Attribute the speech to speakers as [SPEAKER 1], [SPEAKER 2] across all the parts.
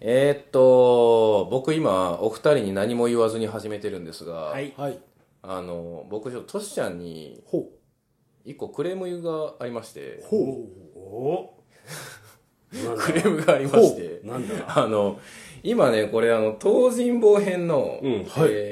[SPEAKER 1] えーっと、僕今、お二人に何も言わずに始めてるんですが、
[SPEAKER 2] はい。
[SPEAKER 3] はい。
[SPEAKER 1] あの、僕ちょっとトシちゃんに
[SPEAKER 3] ほ
[SPEAKER 1] 一個クレームがありまして
[SPEAKER 3] う。、ほ
[SPEAKER 2] お
[SPEAKER 3] う。
[SPEAKER 1] クレームがありまして、
[SPEAKER 3] なんだ
[SPEAKER 1] あの、今ね、これあの、東尋坊編の、
[SPEAKER 3] うん
[SPEAKER 1] え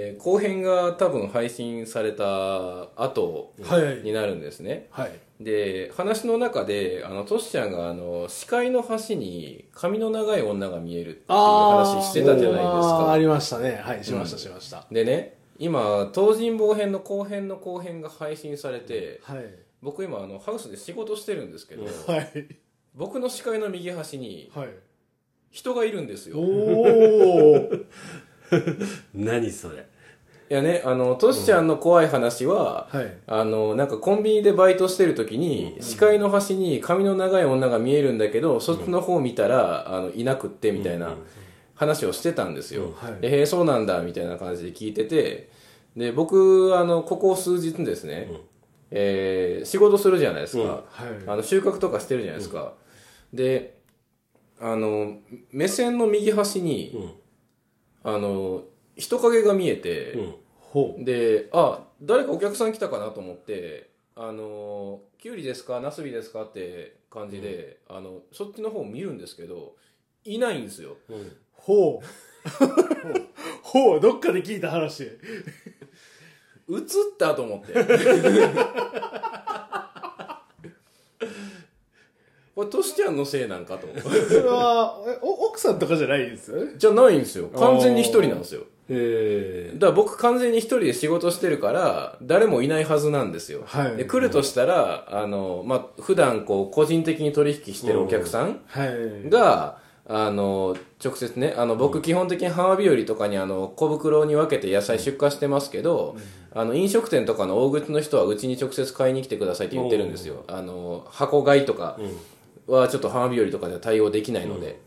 [SPEAKER 1] ー後編が多分配信された後
[SPEAKER 3] はい。
[SPEAKER 1] になるんですね。
[SPEAKER 3] はい。
[SPEAKER 1] で、話の中で、あの、トシちゃんがあの、視界の端に髪の長い女が見えるっていう話してたじゃないです
[SPEAKER 3] あー
[SPEAKER 1] か
[SPEAKER 3] あ。りましたね。はい。しました、しました。
[SPEAKER 1] でね今東尋坊編の後編の後編が配信されて
[SPEAKER 3] はい。
[SPEAKER 1] 僕今あのハウスで仕事してるんですけど、
[SPEAKER 3] はい。
[SPEAKER 1] 僕の視界の右端に
[SPEAKER 3] はい。
[SPEAKER 1] 人がいるんですよ、
[SPEAKER 3] お
[SPEAKER 1] い
[SPEAKER 3] ー。
[SPEAKER 2] 何それ。
[SPEAKER 1] やねあのトシちゃんの怖い話は、
[SPEAKER 3] はい。
[SPEAKER 1] あのなんかコンビニでバイトしてる時に、視界の端に髪の長い女が見えるんだけどそっちの方見たら、あのいなくってみたいな話をしてたんですよ、
[SPEAKER 3] はい
[SPEAKER 1] でへえそうなんだみたいな感じで聞いててで僕あのここ数日ですね、えー仕事するじゃないですか、
[SPEAKER 3] は
[SPEAKER 1] あの収穫とかしてるじゃないですか、であの目線の右端
[SPEAKER 2] う
[SPEAKER 1] に、
[SPEAKER 2] ん。
[SPEAKER 1] あの人影が見えて、
[SPEAKER 2] うん。
[SPEAKER 3] ほ
[SPEAKER 1] で、あ、誰かお客さん来たかなと思って、あの、キュウリですかナスビですかって感じで、あの、そっちの方を見るんですけど、いないんですよ。
[SPEAKER 2] うん。
[SPEAKER 3] う。 ほう。ほう。どっかで聞いた話。
[SPEAKER 1] 映ったと思って。 これ、トシちゃんのせいなんかと。
[SPEAKER 3] それは、えお奥さんとかじゃないですよね。
[SPEAKER 1] じゃないんですよ。完全に一人なんですよ。
[SPEAKER 2] え
[SPEAKER 1] だから僕完全に一人で仕事してるから、誰もいないはずなんですよ。
[SPEAKER 3] はい
[SPEAKER 1] で来るとしたら、あの、まあ、普段こう、個人的に取引してるお客さん
[SPEAKER 3] はい。
[SPEAKER 1] が、あの、直接ね、あの、僕基本的に浜日和とかにあの、小袋に分けて野菜出荷してますけど、あの、飲食店とかの大口の人はうちに直接買いに来てくださいって言ってるんですよ。あの、箱買いとかはちょっと浜日和とかでは対応できないので。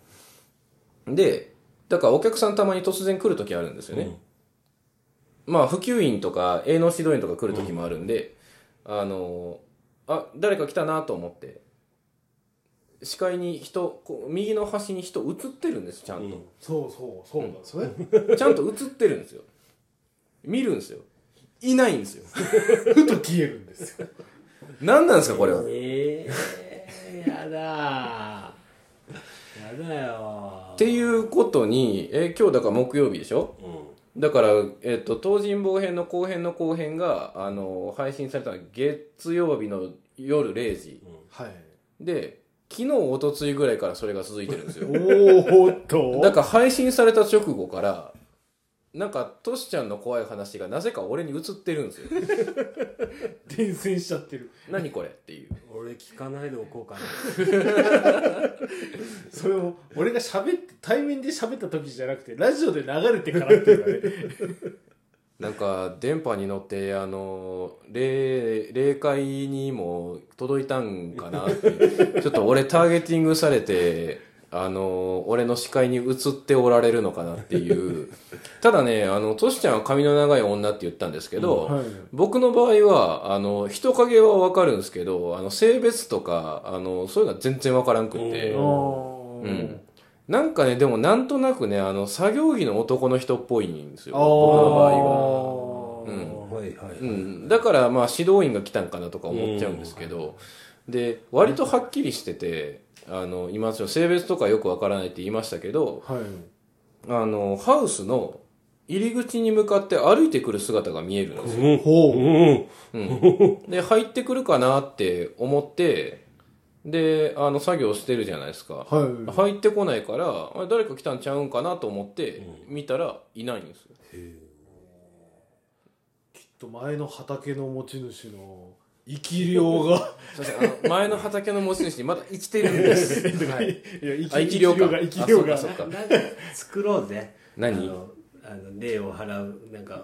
[SPEAKER 1] で、だからお客さんたまに突然来る時あるんですよね。まあ、普及員とか営農指導員とか来る時もあるんで、あの、あ、誰か来たなと思って、視界に人、こう右の端に人映ってるんです、ちゃんと。
[SPEAKER 3] そうそう、そうなんですよね。
[SPEAKER 1] ちゃんと映ってるんですよ。見るんですよ。いないんですよ。
[SPEAKER 3] ふと消えるんですよ。
[SPEAKER 1] 何なんですか、これは。っ
[SPEAKER 2] ええやだー。やだよ
[SPEAKER 1] ていうことに、えー今日だから木曜日でしょ
[SPEAKER 2] う
[SPEAKER 1] だから、えっと、東尋坊編の後編の後編が、あの、配信されたのが月曜日の夜0時。
[SPEAKER 3] はい。
[SPEAKER 1] で、昨日、おとついぐらいからそれが続いてるんですよ。
[SPEAKER 3] おーっと。
[SPEAKER 1] だから配信された直後から、なんか、トシちゃんの怖い話がなぜか俺に映ってるんですよ。
[SPEAKER 3] 転戦しちゃってる。
[SPEAKER 1] 何これっていう。
[SPEAKER 2] ん。俺聞かないでおこうかな。
[SPEAKER 3] それを、俺が喋って、対面で喋った時じゃなくて、ラジオで流れてからっていうのがね。
[SPEAKER 1] なんか、電波に乗って、あの、霊、霊界にも届いたんかなって。ちょっと俺ターゲティングされて、あの、俺の視界に映っておられるのかなっていう。ただね、あの、トシちゃんは髪の長い女って言ったんですけど、
[SPEAKER 3] はい
[SPEAKER 1] 僕の場合は、あの、人影はわかるんですけど、あの、性別とか、あの、そういうのは全然わからんくって。
[SPEAKER 2] おー
[SPEAKER 1] う
[SPEAKER 3] うん
[SPEAKER 1] ん。なんかね、でもなんとなくね、あの、作業着の男の人っぽいんですよ。
[SPEAKER 3] あ
[SPEAKER 1] 僕の場合は。
[SPEAKER 3] ー
[SPEAKER 1] うん。
[SPEAKER 2] はいはいう
[SPEAKER 1] ん、だからまあ指導員が来たんかなとか思っちゃうんですけど、で割とはっきりしててあの今その性別とかよくわからないって言いましたけど
[SPEAKER 3] はい。
[SPEAKER 1] あのハウスの入り口に向かって歩いてくる姿が見えるんですよ、
[SPEAKER 2] うん。
[SPEAKER 3] ほう。
[SPEAKER 2] うん。
[SPEAKER 1] うん、で入ってくるかなって思ってであの作業してるじゃないですか
[SPEAKER 3] はい。
[SPEAKER 1] 入ってこないからあれ誰か来たんちゃうんかなと思って見たらいないんですよ
[SPEAKER 3] きっと前の畑の持ち主の生き量が、
[SPEAKER 1] すいませんあの前の畑の持ち主まだ生きてるん です、はい、
[SPEAKER 3] いや
[SPEAKER 1] あ生き量か
[SPEAKER 3] が、生き量
[SPEAKER 1] あ
[SPEAKER 3] が。
[SPEAKER 1] そうかそうか
[SPEAKER 2] なんか作ろうぜ。
[SPEAKER 1] 何
[SPEAKER 2] あの、あの霊を払う、なんか、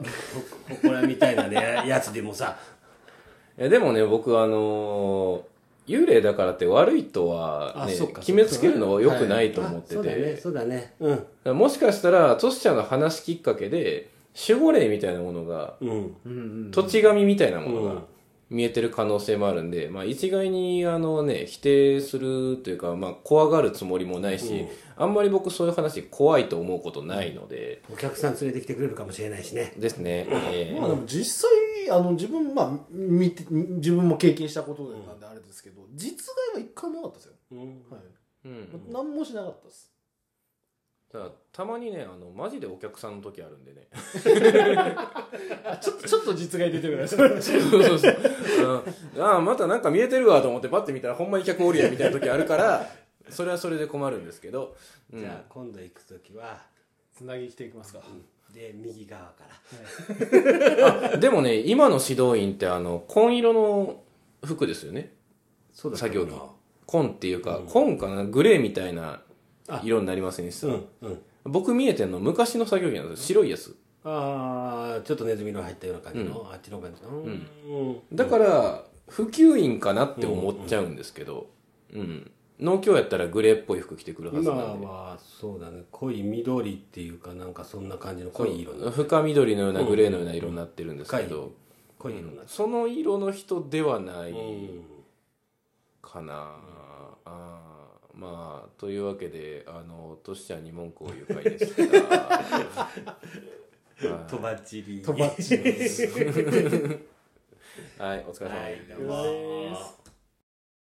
[SPEAKER 2] ほ、ほこらみたいなね、やつでもさ。
[SPEAKER 1] えでもね僕あのー幽霊だからって悪いとは、
[SPEAKER 2] あ
[SPEAKER 1] ね
[SPEAKER 2] そっか、
[SPEAKER 1] 決めつけるのは良くないと思っ
[SPEAKER 2] あ
[SPEAKER 1] てて、
[SPEAKER 2] そうだね、そうだね。うん。
[SPEAKER 1] もしかしたらトシちゃんの話きっかけで守護霊みたいなものが、
[SPEAKER 2] うん。
[SPEAKER 3] うんうん。
[SPEAKER 1] 土地神みたいなものが、
[SPEAKER 2] うん
[SPEAKER 1] 見えてる可能性もあるんで、まあ、一概にあの、ね、否定するというか、まあ、怖がるつもりもないし、あんまり僕そういう話怖いと思うことないので、
[SPEAKER 4] お客さん連れてきてくれるかもしれないしね
[SPEAKER 1] ですね、え
[SPEAKER 3] まあでも実際あの自分まあ見て自分も経験したことなんであれですけど、実害は一回もなかったですよ、
[SPEAKER 4] うん
[SPEAKER 3] はい、
[SPEAKER 1] ーうん、
[SPEAKER 3] 何もしなかったです
[SPEAKER 1] ただたまにねあのマジでお客さんの時あるんでね
[SPEAKER 3] あちょっとちょっと実害出てる から
[SPEAKER 1] そうそうそうあのあーまたなんか見えてるわと思ってパッて見たらほんまに客おるやんみたいな時あるからそれはそれで困るんですけど、うん、
[SPEAKER 4] じゃあ今度行く時は
[SPEAKER 3] つなぎきていきますか、
[SPEAKER 4] で右側から
[SPEAKER 1] でもね、今の指導員ってあの、紺色の服ですよね。
[SPEAKER 4] そうだ
[SPEAKER 1] 作業着。紺っていうか、紺かなグレーみたいな
[SPEAKER 4] あ
[SPEAKER 1] 色になりませんでした、
[SPEAKER 4] うんうん
[SPEAKER 1] 僕見えてんの昔の作業着なんですよ。白いやつ。
[SPEAKER 4] ああちょっとネズミの入ったような感じの、あっちの感じのうん、
[SPEAKER 1] だから、普及員かなって思っちゃうんですけど、うん、農協やったらグレーっぽい服着てくるはず
[SPEAKER 4] 今
[SPEAKER 1] なんで。
[SPEAKER 4] はそうだね濃い緑っていうかなんかそんな感じの濃い色の
[SPEAKER 1] 深緑のようなグレーのような色になってるんですけ
[SPEAKER 4] う
[SPEAKER 1] ど、
[SPEAKER 4] 濃い色になっ
[SPEAKER 1] その色の人ではない
[SPEAKER 4] うん
[SPEAKER 1] かな、あーまあというわけであのトシちゃんに文句を言う回でした
[SPEAKER 4] とばっちり
[SPEAKER 3] とばっちりです
[SPEAKER 1] はいお疲れ様です、
[SPEAKER 4] はいどう
[SPEAKER 3] う
[SPEAKER 4] も
[SPEAKER 3] わー